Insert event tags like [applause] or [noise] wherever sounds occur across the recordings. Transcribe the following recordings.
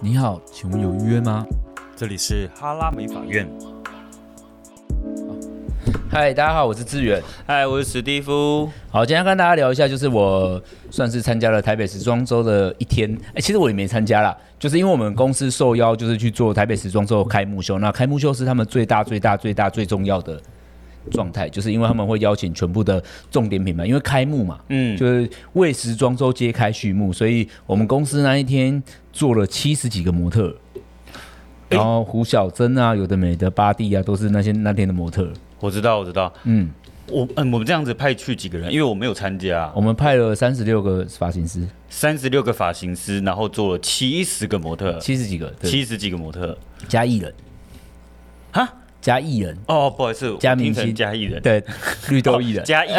你好，请问有预约吗？这里是哈拉美法院。嗨，大家好，我是志远。嗨，我是史蒂夫。好，今天跟大家聊一下，就是我算是参加了台北时装周的一天。哎、其实我也没参加啦，就是因为我们公司受邀，就是去做台北时装周的开幕秀。那开幕秀是他们最大、最大、最大、最重要的状态，就是因为他们会邀请全部的重点品牌，因为开幕嘛，嗯，就是为时装周揭开序幕，所以我们公司那一天做了七十几个模特。哎然后胡小珍啊，有的没的，巴蒂啊，都是那些那天的模特。我知道，我知道。嗯，我嗯，我们这样子派去几个人？因为我没有参加我，们派了三十六个发型师，三十六个发型师，然后做了七十个模特，七十几个，对七十几个模特。加艺人，哈？加艺人，哦，不好意思，加明我听星成加艺人，哦对， [laughs] 绿豆艺人， [laughs] 加艺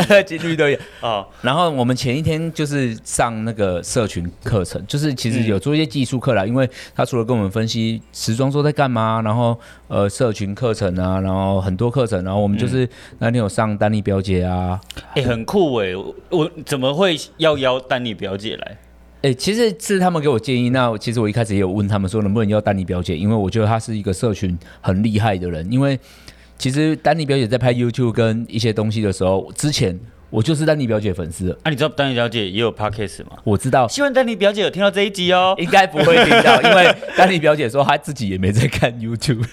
绿豆艺人。哦，然后我们前一天就是上那个社群课程，就是其嗯实有做一些技术课啦，因为他除了跟我们分析时装周在干嘛，然后呃社群课程啊，然后很多课程，然后我们嗯就是、那天有上丹妮表姐啊，哎、很酷哎，我我怎么会要邀丹妮表姐来？哎、其实是他们给我建议。那我其实我一开始也有问他们说，能不能要丹妮表姐，因为我觉得她是一个社群很厉害的人。因为其实丹妮表姐在拍 YouTube 跟一些东西的时候，之前我就是丹妮表姐粉丝了，啊，你知道丹妮表姐也有 podcast 吗？我知道。希望丹妮表姐有听到这一集哦。应该不会听到，因为丹妮表姐说她自己也没在看 YouTube。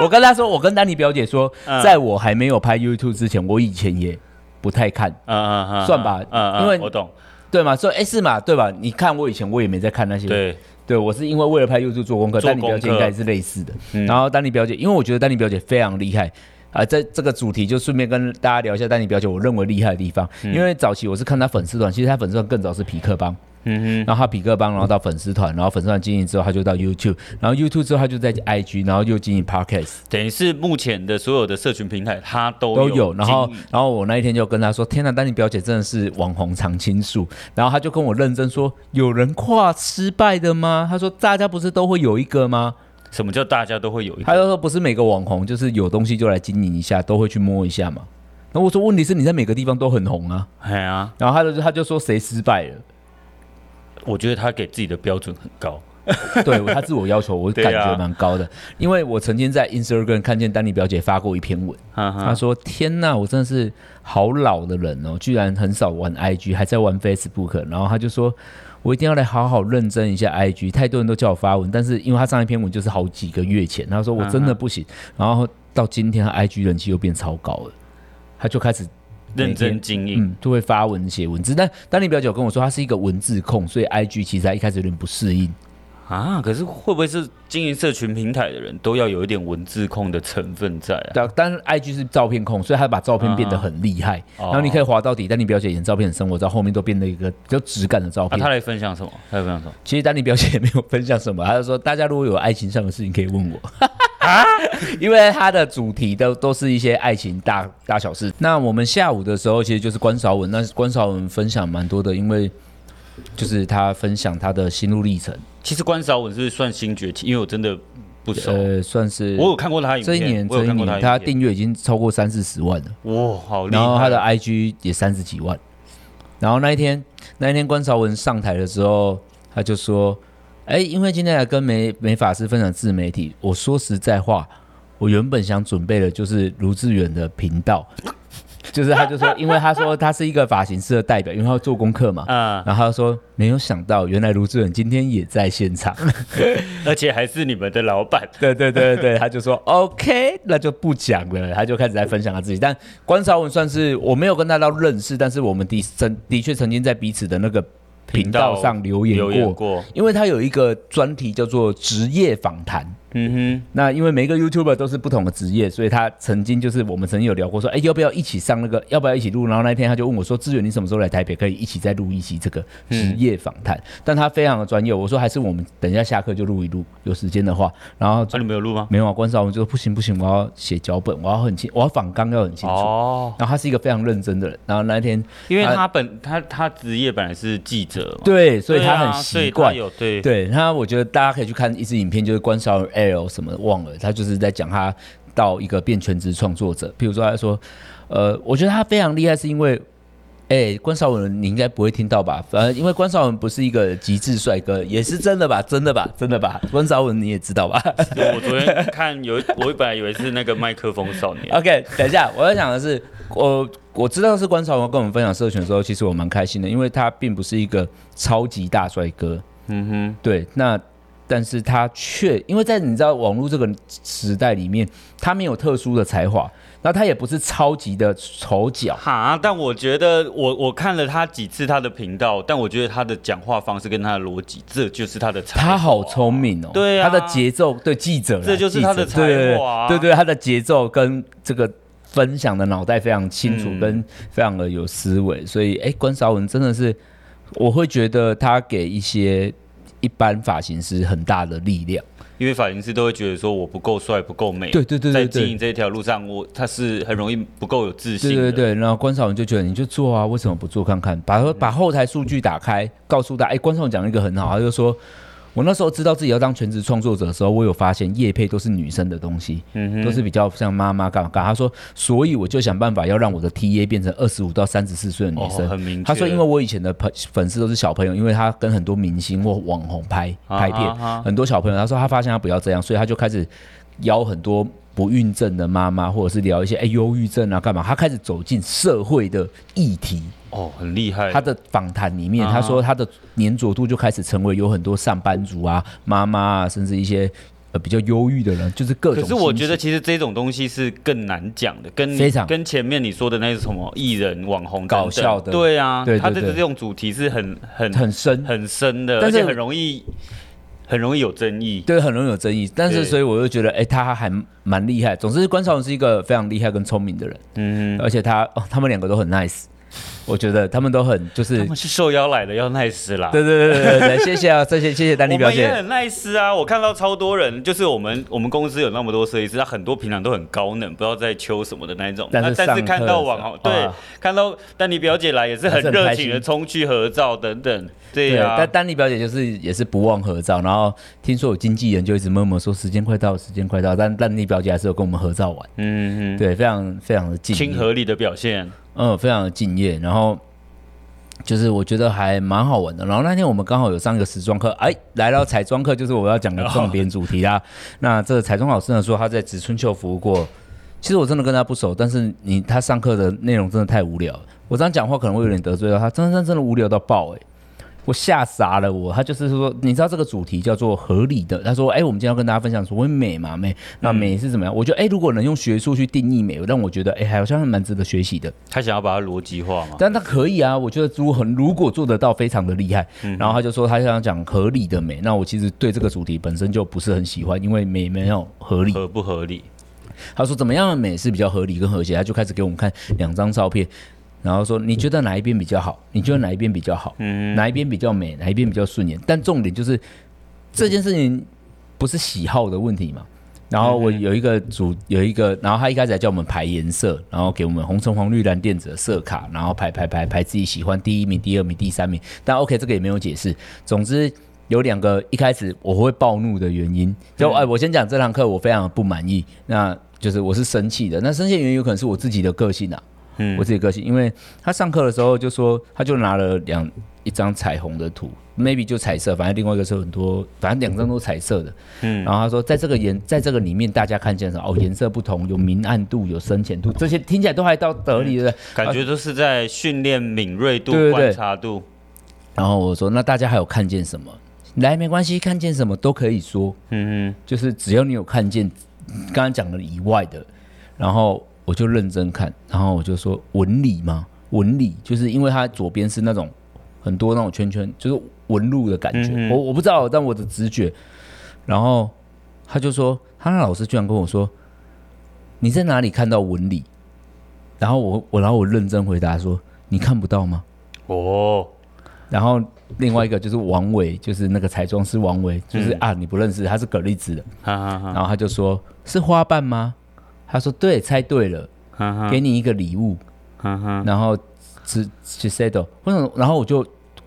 我跟她说，我跟丹妮表姐说，嗯在我还没有拍 YouTube 之前，我以前也不太看，嗯嗯嗯，算吧嗯嗯，因为我懂，对吗？说哎、诶是嘛，对吧？你看我以前我也没在看那些，对，对，我是因为为了拍 YouTube 做功课，做丹功妮表课姐应该也是类似的。嗯然后丹妮表姐，因为我觉得丹妮表姐非常厉害。啊，在这个主题就顺便跟大家聊一下丹妮表姐，我认为厉害的地方。因为早期我是看她粉丝团，其实她粉丝团更早是匹克帮，嗯然后他匹克帮，然后到粉丝团，然后粉丝团经营之后，他就到 YouTube，然后 YouTube 之后他就在 IG，然后又经营 Podcast 哼，等于是目前的所有的社群平台，它都都有有。然后经营，然后我那一天就跟他说：“天呐，丹尼表姐真的是网红常青树。”然后他就跟我认真说：“有人跨失败的吗？”他说：“大家不是都会有一个吗什么叫大家都会有一？”他个？就说：“不是每个网红就是有东西就来经营一下，都会去摸一下嘛。”那我说：“问题是你在每个地方都很红啊。哎呀”，然后他就他就说：“谁失败了？”我觉得他给自己的标准很高。对他自我要求，我对感啊觉蛮高的，因为我曾经在 Instagram 看见丹尼表姐发过一篇文，哈她说：“天呐，我真的是好老的人哦，居然很少玩 IG，还在玩 Facebook。”然后她就说：“我一定要来好好认真一下 IG，太多人都叫我发文，但是因为她上一篇文就是好几个月前，她说我真的不行。然后到今天，她 IG 人气又变超高了，她就开始嗯认每真天经营。嗯，就会发文写文字。但丹尼表姐有跟我说，她是一个文字控，所以 IG 其实她一开始有点不适应。啊，可是会不会是经营社群平台的人都要有一点文字控的成分在啊？对啊，但是 IG 是照片控，所以他把照片变得很厉害。哦然后你可以滑到底，丹尼表姐演照片很生活照，后面都变得一个比较质感的照啊，片。他来分享什么？他来分享什么？其实丹尼表姐也没有分享什么，她就说大家如果有爱情上的事情可以问我。啊 [laughs] 因为她的主题都都是一些爱情大大小事。那我们下午的时候其实就是关少文，那关少文分享蛮多的，因为就是他分享他的心路历程，其实关少文是不是算新崛起，因为我真的不熟。呃，算是哦我有看过他的影这片，一年我这有一看过年他他的影订阅已经超过三四十万了。片哇，好厉害！啊然后他的 IG 也三十几万。然后那一天，那一天关朝文上台的时候，他就说：“哎，因为今天来跟美美法师分享自媒体，我说实在话，我原本想准备的就是卢志远的频道， [laughs] 就是他就说，因为他说他是一个发型师的代表，因为他要做功课嘛。啊、然后他就说没有想到，原来卢志远今天也在现场。而且还是你们的老板。 [laughs] 对对对对对，他就说 OK，那就不讲了，他就开始在分享他自己。但关少文算是我没有跟他到认识，但是我们的曾的确曾经在彼此的那个频道上留言过，留言过，因为他有一个专题叫做职业访谈。嗯那因为每一个 YouTuber 都是不同的职业，所以他曾经就是我们曾经有聊过说，哎，要不要一起上那个，要不要一起录？然后那一天他就问我说，志远你什么时候来台北，可以一起再录一期这个职嗯业访谈？但他非常的专业，我说还是我们等一下下课就录一录，有时间的话，然后哼，啊，你们有录吗？没有啊，关少文就说不行不行，我要写脚本，我要很清，我要仿纲要很清楚。哦，然后他是一个非常认真的人，然后那一天因为他本他他职业本来是记者嘛，啊对，所以对他啊很所以习他惯。有对对他，我觉得大家可以去看一支影片，就是关少文哎 L 什么的忘了，他就是在讲他到一个变全职创作者。譬如说，他说，呃，我觉得他非常厉害，是因为哎、关少文你应该不会听到吧？呃，因为关少文不是一个极致帅哥，也是真的吧？真的吧？真的吧？关少文你也知道吧我昨天看有一，我本来以为是那个麦克风少 [laughs] 年， ？OK，等一下，我要讲的是，我我知道是关少文跟我们分享社群的时候，其实我蛮开心的，因为他并不是一个超级大帅哥，嗯哼。对，那但是他却因为在你知道网络这个时代里面，他没有特殊的才华，那他也不是超级的丑角，哈，但我觉得我我看了他几次他的频道，但我觉得他的讲话方式跟他的逻辑，这就是他的才华。他好聪明哦，对啊他的节奏对记者啦，这就是他的记者对才华啊对对，对他的节奏跟这个。分享的脑袋非常清楚，嗯跟非常的有思维，所以哎，关韶文真的是，我会觉得他给一些一般发型师很大的力量。因为发型师都会觉得说我不够帅，不够美。对对对对在对经营这条路上，我他是很容易不够有自信对的。对对，然后关少文就觉得你就做啊，为什么不做看看？把把后台数据打开，告诉大家，哎，关少文讲了一个很好，他就说，我那时候知道自己要当全职创作者的时候，我有发现叶配都是女生的东西，都是比较像妈妈干嘛干嘛。他说，所以我就想办法要让我的 TA 变成二十五到三十四岁的女生。哦很明确他说，因为我以前的朋粉丝都是小朋友，因为他跟很多明星或网红拍啊拍片，啊啊很多小朋友，他说他发现他不要这样，所以他就开始邀很多不孕症的妈妈，或者是聊一些哎忧郁症啊干嘛，他开始走进社会的议题。哦，很厉害。他的访谈里面，啊他说他的粘着度就开始成为有很多上班族啊、妈妈啊，甚至一些呃比较忧郁的人，就是各种可心是情。我觉得其实这种东西是更难讲的，跟非常跟前面你说的那些什么艺人、网红等等搞笑的对啊，对对他的对这种主题是很很很深，很深的，但而是且很容易很容易有争议。对，很容易有争议。但是对所以我就觉得，哎、他还蛮厉害。总之，关少文是一个非常厉害跟聪明的人，嗯哼，而且他哦，他们两个都很 nice。我觉得他们都很就是他们是受邀来的，要 nice 啦。对对对对对，对，谢谢啊，谢谢谢谢丹妮我表们也姐。很 nice 啊！我看到超多人，就是我们我们公司有那么多设计师，他很多平常都很高冷，不知道在求什么的那一种。但是那但是上看课到的时网候红，对啊，看到丹尼表姐来也是很还是很热开情的心冲去合照等等，对对，啊。但丹妮表姐就是也是不忘合照，然后听说有经纪人就一直默默说时间快到，时间快到，但丹妮表姐还是有跟我们合照完，嗯，对，非常非常的敬亲业，和力的表现，嗯，非常的敬业，然后就是我觉得还蛮好玩的。然后那天我们刚好有上一个时装课，哎，来到彩妆课就是我要讲的重点主题啦。 [laughs] 那这个彩妆老师呢说他在植村秀服务过，其实我真的跟他不熟，但是你他上课的内容真的太无聊了，我这样讲话可能会有点得罪到他，真的真的无聊到爆哎、我吓傻了我，他就是说，你知道这个主题叫做合理的。他说，哎、我们今天要跟大家分享所谓美嘛美，那美是怎么样？我觉得，哎、如果能用学术去定义美，让我觉得，哎、好像还蛮值得学习的。他想要把它逻辑化嘛？但他可以啊，我觉得朱恒如果做得到，非常的厉害。然后他就说他想讲合理的美，那我其实对这个主题本身就不是很喜欢，因为美没有合理。合不合理？他说怎么样的美是比较合理跟和谐，他就开始给我们看两张照片，然后说你觉得哪一边比较好？你觉得哪一边比较好？哪一边比较美？哪一边比较顺眼？但重点就是这件事情不是喜好的问题嘛。然后我有一个组有一个，然后他一开始还叫我们排颜色，然后给我们红橙黄绿蓝靛紫的色卡，然后排排排排自己喜欢第一名、第二名、第三名。但 OK，这个也没有解释。总之有两个一开始我会暴怒的原因，就哎，我先讲这堂课我非常不满意，那就是我是生气的。那生气的原因有可能是我自己的个性啊，我自己个性，因为他上课的时候就说，他就拿了两一张彩虹的图，maybe 就彩色，反正另外一个是很多，反正两张都彩色的。嗯，然后他说，在这个颜，在这个里面，大家看见什么？哦，颜色不同，有明暗度，有深浅度，这些听起来都还到得理的。感觉都是在训练敏锐度啊对对、对观察度。然后我说，那大家还有看见什么？来，没关系，看见什么都可以说，嗯就是只要你有看见刚刚讲的以外的，然后我就认真看，然后我就说纹理嘛，纹理就是因为它左边是那种很多那种圈圈，就是纹路的感觉，嗯嗯我我不知道，但我的直觉。然后他就说，他那老师居然跟我说，你在哪里看到纹理？然后我我然后我认真回答说，你看不到吗？哼，哦，然后另外一个就是王伟，就是那个彩妆师王伟，就是、啊你不认识，他是蛤蜊子的，哈哈哈然后他就说：“是花瓣吗？”他说：“对，猜对了，哈哈给你一个礼物。哈哈。然后只只 s e t 我想，然后我就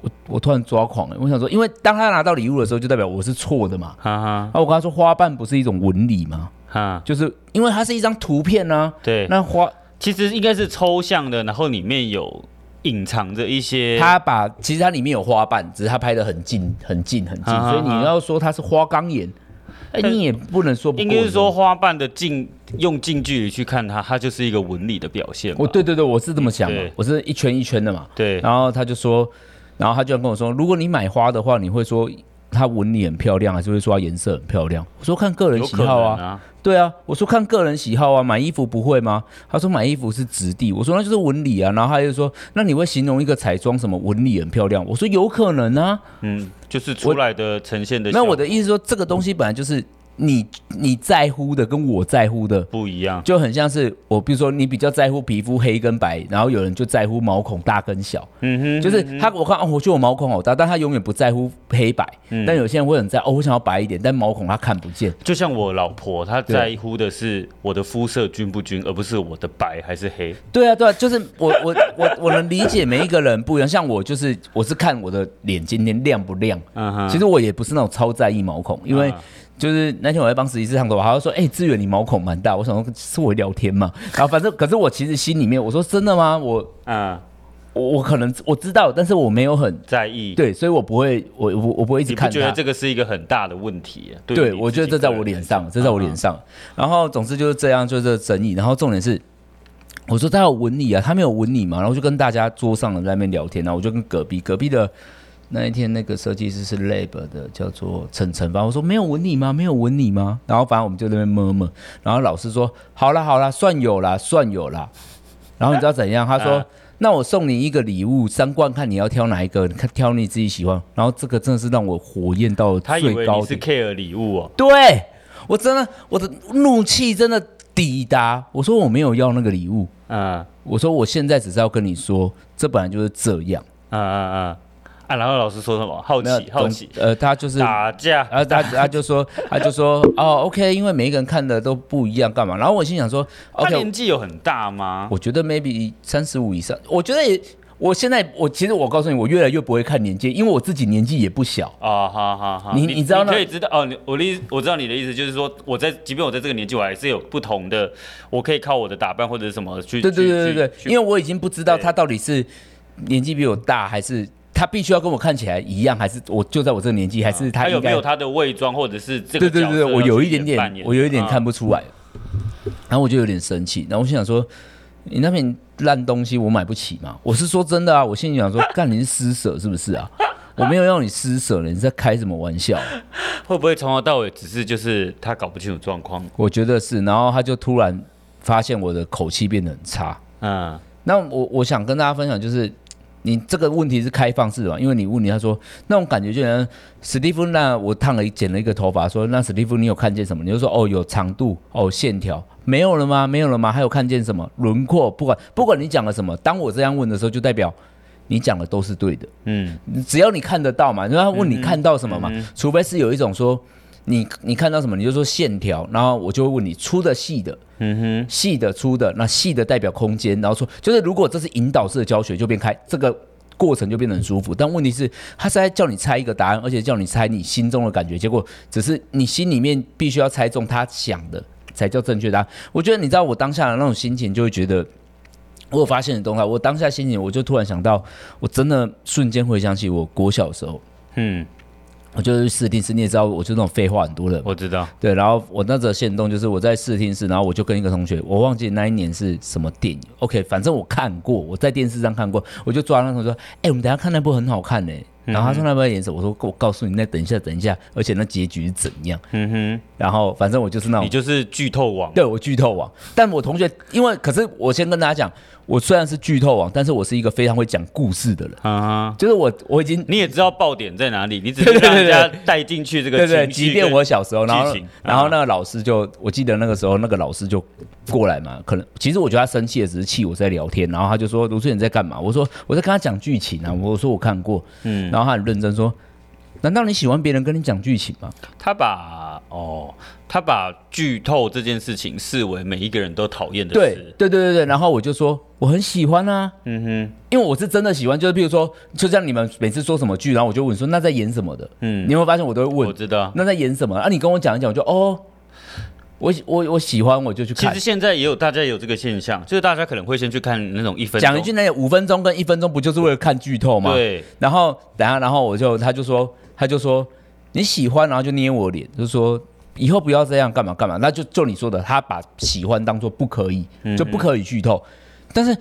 我我突然抓狂了，我想说，因为当他拿到礼物的时候，就代表我是错的嘛。哈哈然后我跟他说，花瓣不是一种纹理吗？哈，就是因为它是一张图片啊。对，那花其实应该是抽象的，然后里面有隐藏着一些他把其实它里面有花瓣，只是他拍的很近很近很近，啊所以你要说它是花岗岩，哎，但你也不能说不过。应该是说，花瓣的近用近距离去看它，它就是一个纹理的表现吧。我哦对对啊对，我是这么想嘛对，我是一圈一圈的嘛。对然后他就说，然后他居然跟我说，如果你买花的话，你会说它纹理很漂亮，还是会说它颜色很漂亮？我说看个人有喜可好能啊。啊，对啊，我说看个人喜好啊，买衣服不会吗？他说买衣服是质地，我说那就是纹理啊。然后他就说，那你会形容一个彩妆什么纹理很漂亮？我说有可能啊。嗯，就是出来的呈现的效那果我的意思说，这个东西本来就是你你在乎的跟我在乎的不一样。就很像是我，比如说你比较在乎皮肤黑跟白，然后有人就在乎毛孔大跟小，嗯哼，就是他我看哦，我觉得我毛孔好大，但他永远不在乎黑白，但有些人会很在哦，我想要白一点，但毛孔他看不见，就像我老婆，她在乎的是我的肤色均不均，而不是我的白还是黑。 [laughs] 对啊，对啊，就是我我我我能理解每一个人不一样，像我就是我是看我的脸今天亮不亮。嗯哼，其实我也不是那种超在意毛孔，因为啊就是那天我在帮实习师上头发，他就说：“哎、志远你毛孔蛮大。”我想说是我聊天嘛，然后反正可是我其实心里面我说真的吗？我嗯，我我可能我知道，但是我没有很在意。，对，所以我不会我我我不会一直你不看觉得他。这个是一个很大的问题？对，你我自觉得己嗯这在个人我脸来上，讲这在我脸。上。然后总之就是这样，就是这个争议。然后重点是，我说他有吻你啊，他没有吻你嘛。然后就跟大家桌上的在那边聊天，然后我就跟隔壁隔壁的那一天那个设计师是 Lab 的，叫做陈晨吧。我说没有吻你吗？没有吻你吗？然后反正我们就在那边摸摸。然后老师说好啦好啦，算有啦算有啦。然后你知道怎样？他说。啊那我送你一个礼物，三罐，看你要挑哪一个，你看挑你自己喜欢。然后这个真的是让我火焰到他以最为高你点是。care 礼物哦。对我真的我的怒气真的抵达。我说我没有要那个礼物，嗯我说我现在只是要跟你说，这本来就是这样。嗯嗯嗯。啊，然后老师说什么？好没有奇，好总啊奇，呃，他就是。打架。然后他他就说，他就说， [laughs] 哦，OK，因为每一个人看的都不一样，干嘛？然后我心想说他，OK，年纪有很大吗？我觉得 maybe 三十五以上，我觉得也，我现在我其实我告诉你，我越来越不会看年纪，因为我自己年纪也不小，啊，好好好，你你知道那可以知道哦，你我的意思我知道你的意思就是说，我在即便我在这个年纪，我还是有不同的，我可以靠我的打扮或者是什么去对对对对对，因为为我已经不知道对他到底是年纪比我大，还是他必须要跟我看起来一样，还是我就在我这个年纪，还是他啊他有应没该有他的伪装或者是这对个对角对色对，我要有去一点扮点演，我有一点啊看不出来，然后我就有点生气，然后我心想说，你那边烂东西我买不起嘛？我是说真的啊，我心里想说，干你是施舍是不是啊？我没有要你施舍了，你在开什么玩笑？会不会从头到尾只是就是他搞不清楚状况？我觉得是，然后他就突然发现我的口气变得很差，嗯，那我我想跟大家分享，就是你这个问题是开放式的嘛，因为你问你，他说那种感觉就像史蒂夫，那我烫了一剪了一个头发，说那史蒂夫你有看见什么？你就说哦有长度，哦线条，没有了吗？没有了吗？还有看见什么轮廓？不管不管你讲了什么，当我这样问的时候，就代表。你讲的都是对的，嗯，只要你看得到嘛，然后他问你看到什么嘛，除非是有一种说你你看到什么，你就说线条，然后我就会问你粗的细的，嗯细的粗的，那细的代表空间，然后说就是如果这是引导式的教学，就变开这个过程就变得很舒服。但问题是，他是在叫你猜一个答案，而且叫你猜你心中的感觉，结果只是你心里面必须要猜中他想的才叫正确答案。我觉得你知道我当下的那种心情，就会觉得。我有发现的东西，我当下心情，我就突然想到，我真的瞬间回想起我国小的时候，哼，嗯，我就是试听室，你也知道，我就那种废话很多的人嘛我知道，对，然后我那则线动就是我在试听室，然后我就跟一个同学，我忘记那一年是什么电影，OK，反正我看过，我在电视上看过，我就抓那个同学说，哎、我们等一下看那部很好看嗯呢、然后他说那部在演什么？我说我告诉你，那等一下，等一下，而且那结局是怎样？嗯然后反正我就是那哼，你种，就是剧透王，对我剧透网，但我同学因为可是我先跟大家讲，我虽然是剧透网，但是我是一个非常会讲故事的人，啊哈，就是我我已经你也知道爆点在哪里，你只是对对对让人对家带进去这个对情绪对，跟。即便我小时候，然后激情然后啊那个老师就，我记得那个时候那个老师就过来嘛，可能其实我觉得他生气的只是气我在聊天，然后他就说卢志远你在干嘛？我说我在跟他讲剧情啊，我说我看过，嗯，然后他很认真说，难道你喜欢别人跟你讲剧情吗？他把哦，他把剧透这件事情视为每一个人都讨厌的对事。对对对对，然后我就说我很喜欢啊，嗯因为我是真的喜欢，就是譬如说，就像你们每次说什么剧，然后我就问说那在演什么的，嗯你有没有发现我都会嗯哼，我问知道。那在演什么啊？你跟我讲一讲，我就哦。我喜我我喜欢我就去其看实。现在也有大家也有这个现象，就是大家可能会先去看那种一分钟讲一句那五分钟跟一分钟不就是为了看剧透吗？对，然后等下，然后我就他就说他就说你喜欢，然后就捏我脸，就说以后不要这样，干嘛干嘛。那就就你说的，他把喜欢当做不可以，嗯就不可以剧透。但是，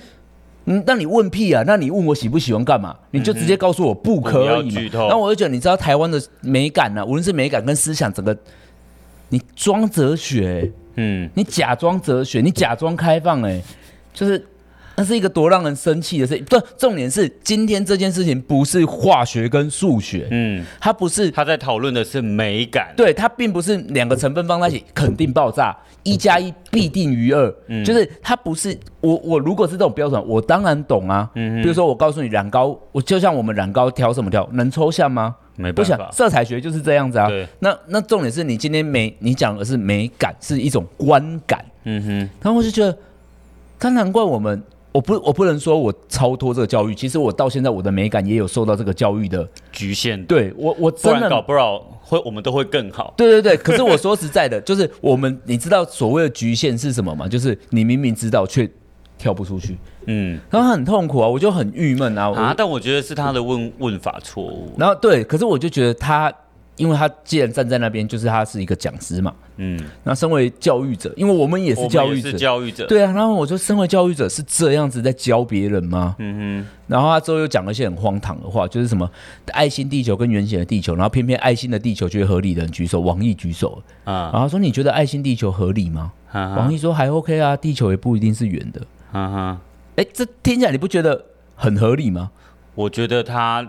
嗯，那你问屁啊？那你问我喜不喜欢干嘛？你就直接告诉我不可嗯不要以嘛剧。透那我就觉得，你知道台湾的美感呢、啊，无论是美感跟思想，整个你装哲学，欸嗯，你假装哲学，你假装开放、哎，就是那是一个多让人生气的事情。不，重点是今天这件事情不是化学跟数学，嗯，它不是，他在讨论的是美感，对，它并不是两个成分放在一起肯定爆炸，一加一必定于二，嗯就是它不是我我如果是这种标准，我当然懂啊。嗯比如说我告诉你染膏，我就像我们染膏调什么调，能抽象吗？没不办想法，色彩学就是这样子啊。对，那那重点是你今天美，你讲的是美感，是一种观感。嗯哼，然后我就觉得，他难怪我们，我不我不能说我超脱这个教育，其实我到现在我的美感也有受到这个教育的，局限，对 [laughs] 我我不真然搞的。不好会我们都会更好，对对对，可是我说实在的， [laughs] 就是我们，你知道所谓的局限是什么吗？就是你明明知道却跳不出去，嗯然后很痛苦啊，我就很郁闷啊。我啊，但我觉得是他的问问法错误，然后对，可是我就觉得他，因为他既然站在那边，就是他是一个讲师嘛。嗯，那身为教育者，因为我们也我是们教也育是者，教育者，，对啊。然后我就身为教育者是这样子在教别人吗？嗯哼，然后他之后又讲了一些很荒唐的话，就是什么爱心地球跟圆形的地球，然后偏偏爱心的地球觉得合理的人举手，王毅举手，啊，然后说你觉得爱心地球合理吗？哈哈王毅说还 OK 啊，地球也不一定是圆的。哈啊哈，哎，这听起来你不觉得很合理吗？我觉得他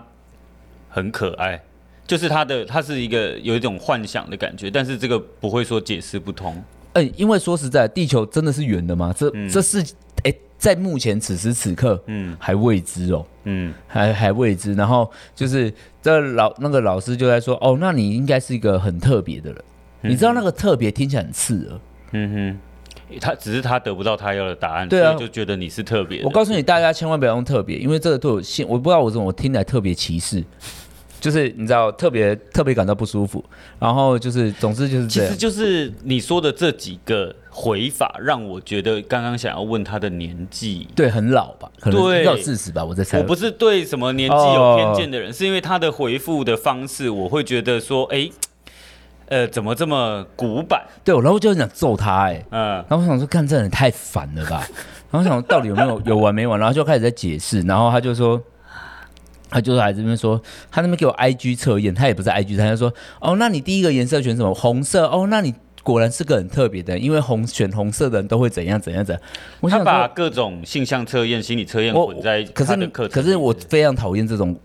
很可爱。就是他的，他是一个有一种幻想的感觉，但是这个不会说解释不通。哎，因为说实在，地球真的是圆的吗？这、嗯这是哎，在目前此时此刻，嗯，还未知哦。嗯，还还未知，然后就是这老那个老师就在说，哦，那你应该是一个很特别的人，你知道那个特别听起来很刺耳，嗯哼，他只是他得不到他要的答案，对啊所以就觉得你是特别的。我告诉你，大家千万不要用特别，因为这个对我性，我不知道我怎么我听起来特别歧视，就是你知道特别特别感到不舒服，然后就是总之就是其这实样。就是你说的这几个回法，让我觉得刚刚想要问他的年纪。对，很老吧，可能对应该有四十吧，我在猜。我不是对什么年纪有偏见的人是因为他的回复的方式，我会觉得说，哎、呃，怎么这么古板？对，我然后就很想揍他、哎，嗯、然后我想说，干这人也太烦了吧，然后想到底有没有有完没完，然后就开始在解释，然后他就说。他就来这边说，他那边给我 I G 测验，他也不是 I G，他就说，哦，那你第一个颜色选什么？红色，哦，那你果然是个很特别的人，因为红选红色的人都会怎样怎样怎样。我想他说把各种性向测验、心理测验我混在可他是的你课程可是里我面非常讨厌这种，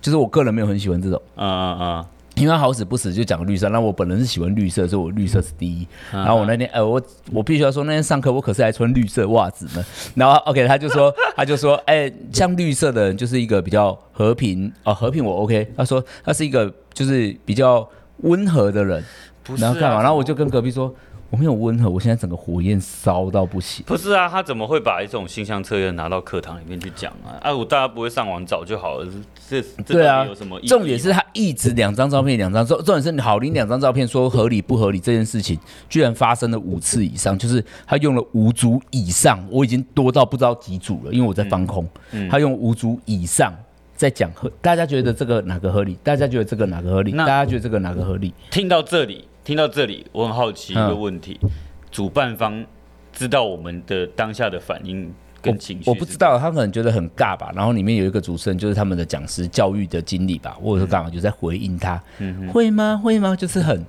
就是我个人没有很喜欢这种，嗯嗯嗯，因为他好死不死就讲绿色，那我本人是喜欢绿色，所以我绿色是第一。啊然后我那天呃，我我必须要说，那天上课我可是还穿绿色袜子 [laughs] 呢。然后 OK，他就说他就说，哎、像绿色的人就是一个比较和平哦，和平我 OK。他说他是一个就是比较温和的人，不是、然啊后，干嘛？然后我怎么就跟隔壁说。我没有温和，我现在整个火焰烧到不行。不是啊，他怎么会把一种性向测验拿到课堂里面去讲啊？啊，我大家不会上网找就好了，这这对到啊底有什么意义？重点是他一直两张照片，两张照，重点是郝林两张照片说合理不合理这件事情，居然发生了五次以上，就是他用了五组以上，我已经多到不知道几组了，因为嗯我在放空，他用五组以上。在讲合，大家觉得这个哪个合理？大家觉得这个哪个合理？那大家觉得这个哪个合理？听到这里，听到这里，我很好奇一个嗯问题：主办方知道我们的当下的反应跟情绪？我不知。道，他可能觉得很尬吧。然后里面有一个主持人，就是他们的讲师、教育的经理嗯吧，或者是干嘛，就在回应他，会吗？会吗？就是很。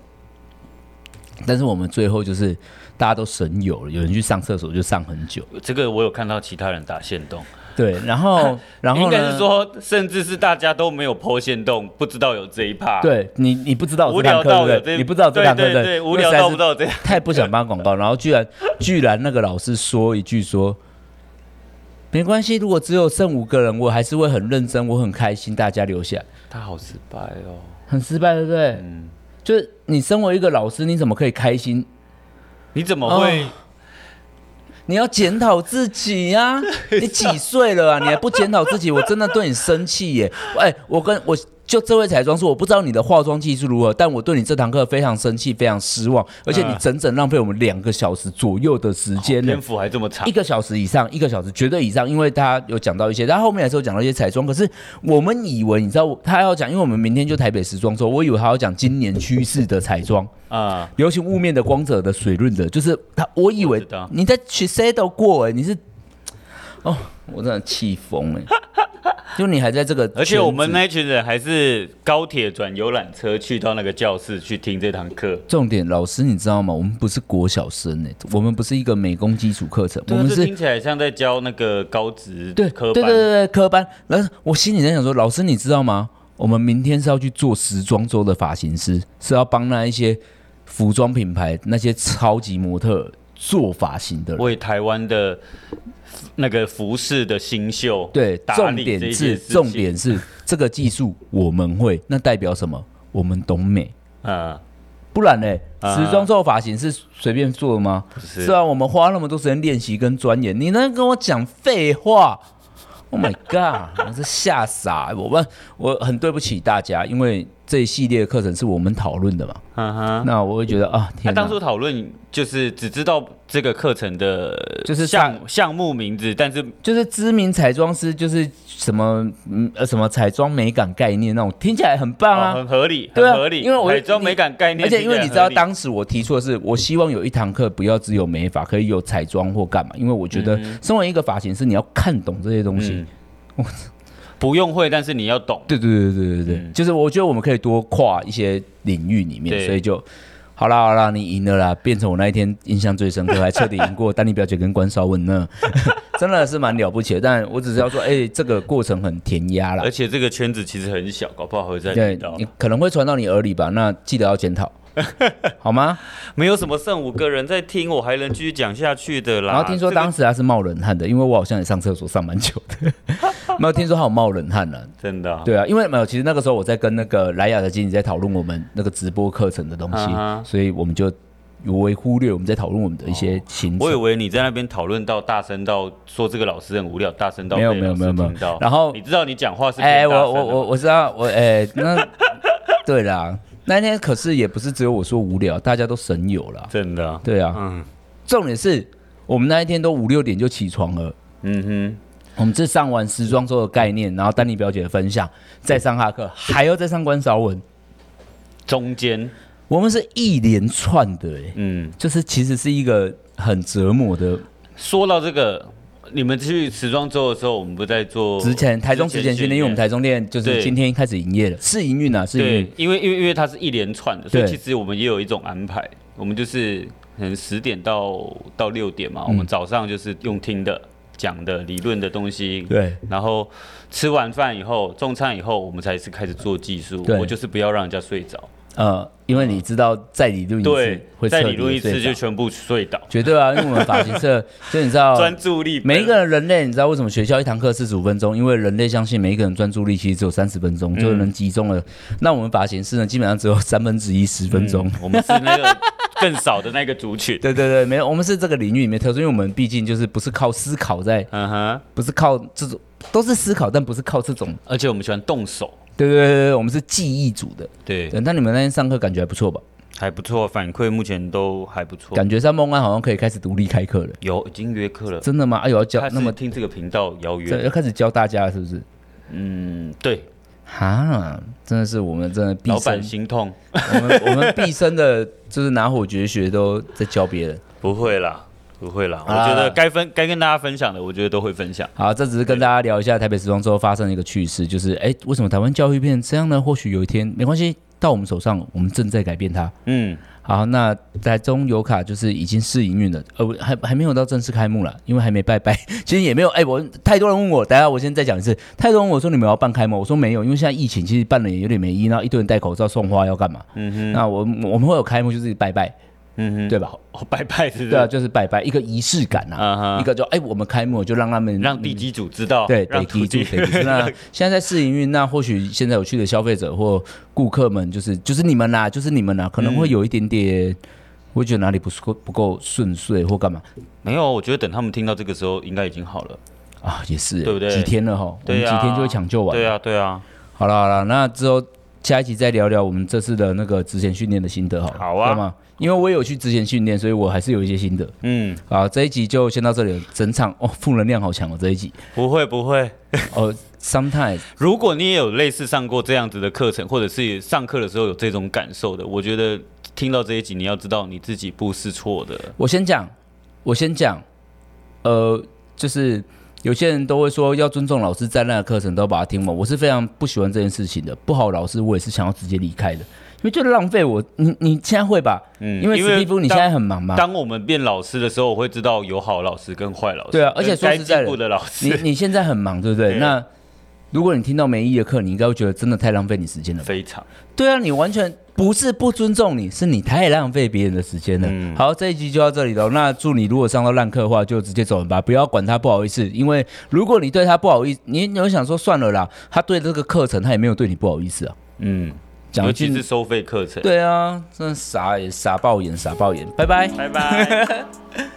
但是我们最后就是大家都神游了，有人去上厕所就上很久，这个我有看到其他人打线动，对。然 [laughs] 后，然后应该是呢？说，甚至是大家都没有剖线动，不知道有这一趴，，对你，你不知道无我这堂聊课到对有不这，对？你不知道这堂课对对不对，无因为聊实在到是不知道这样，太不想帮广告，然后居然居然那个老师说一句说，没关系，如果只有剩五个人，我还是会很认真，我很开心，大家留下来。他好失败哦，很失败，对不对？嗯，就是你身为一个老师，你怎么可以开心？你怎么会哦？你要检讨自己 [laughs] 呀、你几岁了啊？你还不检讨自己，我真的对你生气耶！哎，我跟我就这位彩妆师，我不知道你的化妆技术如何，但我对你这堂课非常生气，非常失望，而且你嗯哦整整浪费我们两个小时左右的时间呢篇。幅还这么长一，个小时以上，一个小时绝对以上，因为他有讲到一些，他后面还是有讲到一些彩妆。可是我们以为，你知道他要讲，因为我们明天就台北时装周，我以为他要讲今年趋势的彩妆，啊、流行雾面的、光泽的、水润的，就是他，我以我为知道你在去 shadow 过哎、你是，哦，我真的气疯哎， [laughs] 就你还在这个圈子，而且我们那群人还是高铁转游览车去到那个教室去听这堂课，重点老师你知道吗？我们不是国小生哎、我们不是一个美工基础课程，我对啊们这是听起来像在教那个高职对科对班，对对对科班。然后我心里在想说，老师你知道吗？我们明天是要去做时装周的发型师，是要帮那一些服装品牌那些超级模特做发型的人。为台湾的那个服饰的新秀对，打重理这点一是件事情重点是这个技术我们会，那代表什么？我们懂美。啊、不然呢？啊时装做发型是随便做的吗？是是啊，我们花那么多时间练习跟钻研，你能跟我讲废话？Oh my god！我是 [laughs] 吓傻。我们我很对不起大家，因为这一系列的课程是我们讨论的嘛。嗯哼。那我会觉得啊，那、天哪！当初讨论就是只知道这个课程的就是项项目名字，但是就是知名彩妆师，就是什么嗯呃什么彩妆美感概念那种，听起来很棒啊。哦很合理，对啊很合理，因为我美妆美感概念，而且因为你知道，听起来很合当时我提出的是，我希望有一堂课不要只有美发，可以有彩妆或干嘛，因为我觉得身为一个发型师，你要看懂这些东西。嗯理 [laughs] 不用会，但是你要懂，对对对对对对，嗯就是我觉得我们可以多跨一些领域里面，对所以就好啦好啦，你赢了啦，变成我那一天印象最深刻，还彻底赢过丹妮表姐跟关少文呢， [laughs] 真的是蛮了不起的。但我只是要说，哎、这个过程很填鸭 [laughs] 啦而，且这个圈子其实很小，搞不好会再遇啊对到，你。可能会传到你耳里吧，那记得要检 [laughs] 讨，好吗？没有什么剩五个人在听，我还能继续讲下去的啦。然后听说这个当时他是冒冷汗的，因为我好像也上厕所上蛮久的， [laughs] 没有听说他有冒冷汗了、真的啊对啊，因为没有，其实那个时候我在跟那个莱雅的经理在讨论我们那个直播课程的东西嗯哼哦所以我们就有微忽略我们在讨论我们的一些行程。我以为你在那边讨论到大声到说这个老师很无聊，大声到没有被没有老师没有没有听到然后你知道你讲话是哎、偏大我声的我我我知道，我哎、那对啦，那天可是也不是只有我说无聊，大家都神游啦。真的啊，对啊，嗯重点是我们那一天都五六点就起床了。嗯我们这上完时装周的概念，然后丹妮表姐的分享，再上哈克，还要再上关少文，哼，中间我们是一连串的、哎，嗯，就是其实是一个很折磨的说到这个，你们去时装周的时候，我们不在做之前台中之前训练，因为我们台中店就是对今天开始营业了，试营运啊，试营对运。，因为因为因为它是一连串的，所以对其实我们也有一种安排，我们就是可能十点到到六点嗯嘛，我们早上就是用听的、讲的、理论的东西，对，然后吃完饭以后，中餐以后，我们才是开始做技术。对我就是不要让人家睡着，呃，因为你知道再理论一次对会，再彻理底论一睡次就着全部睡倒，绝对啊，因为我们发型 [laughs] 社就你知道。专注力每一个人类，你知道为什么学校一堂课四十五分钟？因为人类相信每一个人专注力其实只有三十分钟就能集中了。那我们发型师呢，基本上只有三分之一十分钟。 [laughs] 我们是那个更少的那个族群。对对对，没有，我们是这个领域里面特殊，因为我们毕竟就是不是靠思考在，嗯哼，不是靠这种，都是思考，但不是靠这种。而且我们喜欢动手，对对对对，我们是记忆组的。对，对，那你们那天上课感觉还不错吧？还不错，反馈目前都还不错。感觉上梦安好像可以开始独立开课了，有已经约课了，真的吗？哎呦，要教他那那么么听这个频道邀这约，要开始教大家了是不是？嗯，对，哈，真的是我们真的毕老板生，心痛，我们我们毕生的就是拿火绝学都在教别人。不会啦，不会啦，我啦觉得该分该跟大家分享的，我觉得都会分享。好，这只是跟大家聊一下台北时装周发生的一个趣事，就是哎，为什么台湾教育变成这样呢？或许有一天没关系，到我们手上，我们正在改变它。嗯，好，那台中油卡就是已经试营运了，呃，我还还没有到正式开幕了，因为还没拜 [laughs] 拜，其实也没有，哎、我太多人问我，等一下我先再讲一次，太多人问我说你们要办开幕，我说没有，因为现在疫情其实办了也有点没意义，然后一堆人戴口罩送花要干嘛？嗯哼，那我我们会有开幕就是拜拜，嗯哼，对吧？哦，拜拜，是不对啊，是？就是拜拜一个仪式感嗯啊，哼一个就哎、我们开幕就让他们让地基主知道，嗯对，让得土记住地，得记住。那现在在试营运，那或许现在有去的消费者或顾客们，就是就是你们啦，就是你们啦，可能会有一点点，会觉得哪里不是不够顺遂或干嘛 [laughs] 没有，我觉得等他们听到这个时候，应该已经好了。啊，也是，对不对几天了哈，我们对啊，几天就会抢救完。对啊，对啊，好好了好了，那之后下一集再聊聊我们这次的那个职前训练的心得好了。好啊好吗？因为我也有去职前训练，所以我还是有一些心得。嗯，好，这一集就先到这里了。整场哦，负能量好强哦，这一集不会不会。哦。Sometimes 如果你也有类似上过这样子的课程，或者是上课的时候有这种感受的，我觉得听到这一集，你要知道你自己不是错的。我先讲，我先讲，呃，就是有些人都会说要尊重老师在那的课程都要把它听完，我是非常不喜欢这件事情的。不好老师，我也是想要直接离开的，因为就浪费我。你你现在会吧？嗯因为史蒂夫你现在很忙嘛。当我们变老师的时候，我会知道有好老师跟坏老师，对啊而且跟说该实在的进步的老你师你现在很忙，对不对？对那如果你听到没意义的课，你应该会觉得真的太浪费你时间了吧。 [laughs] 非常对啊，你完全不是不尊重你，是你太浪费别人的时间了。嗯好，这一集就到这里了。那祝你如果上到烂课的话，就直接走人吧，不要管他不好意思，因为如果你对他不好意思，你你会想说算了啦，他对这个课程他也没有对你不好意思啊。嗯，讲尤句其是收费课程。对啊，真的傻也傻爆眼，傻爆眼，拜拜。拜拜。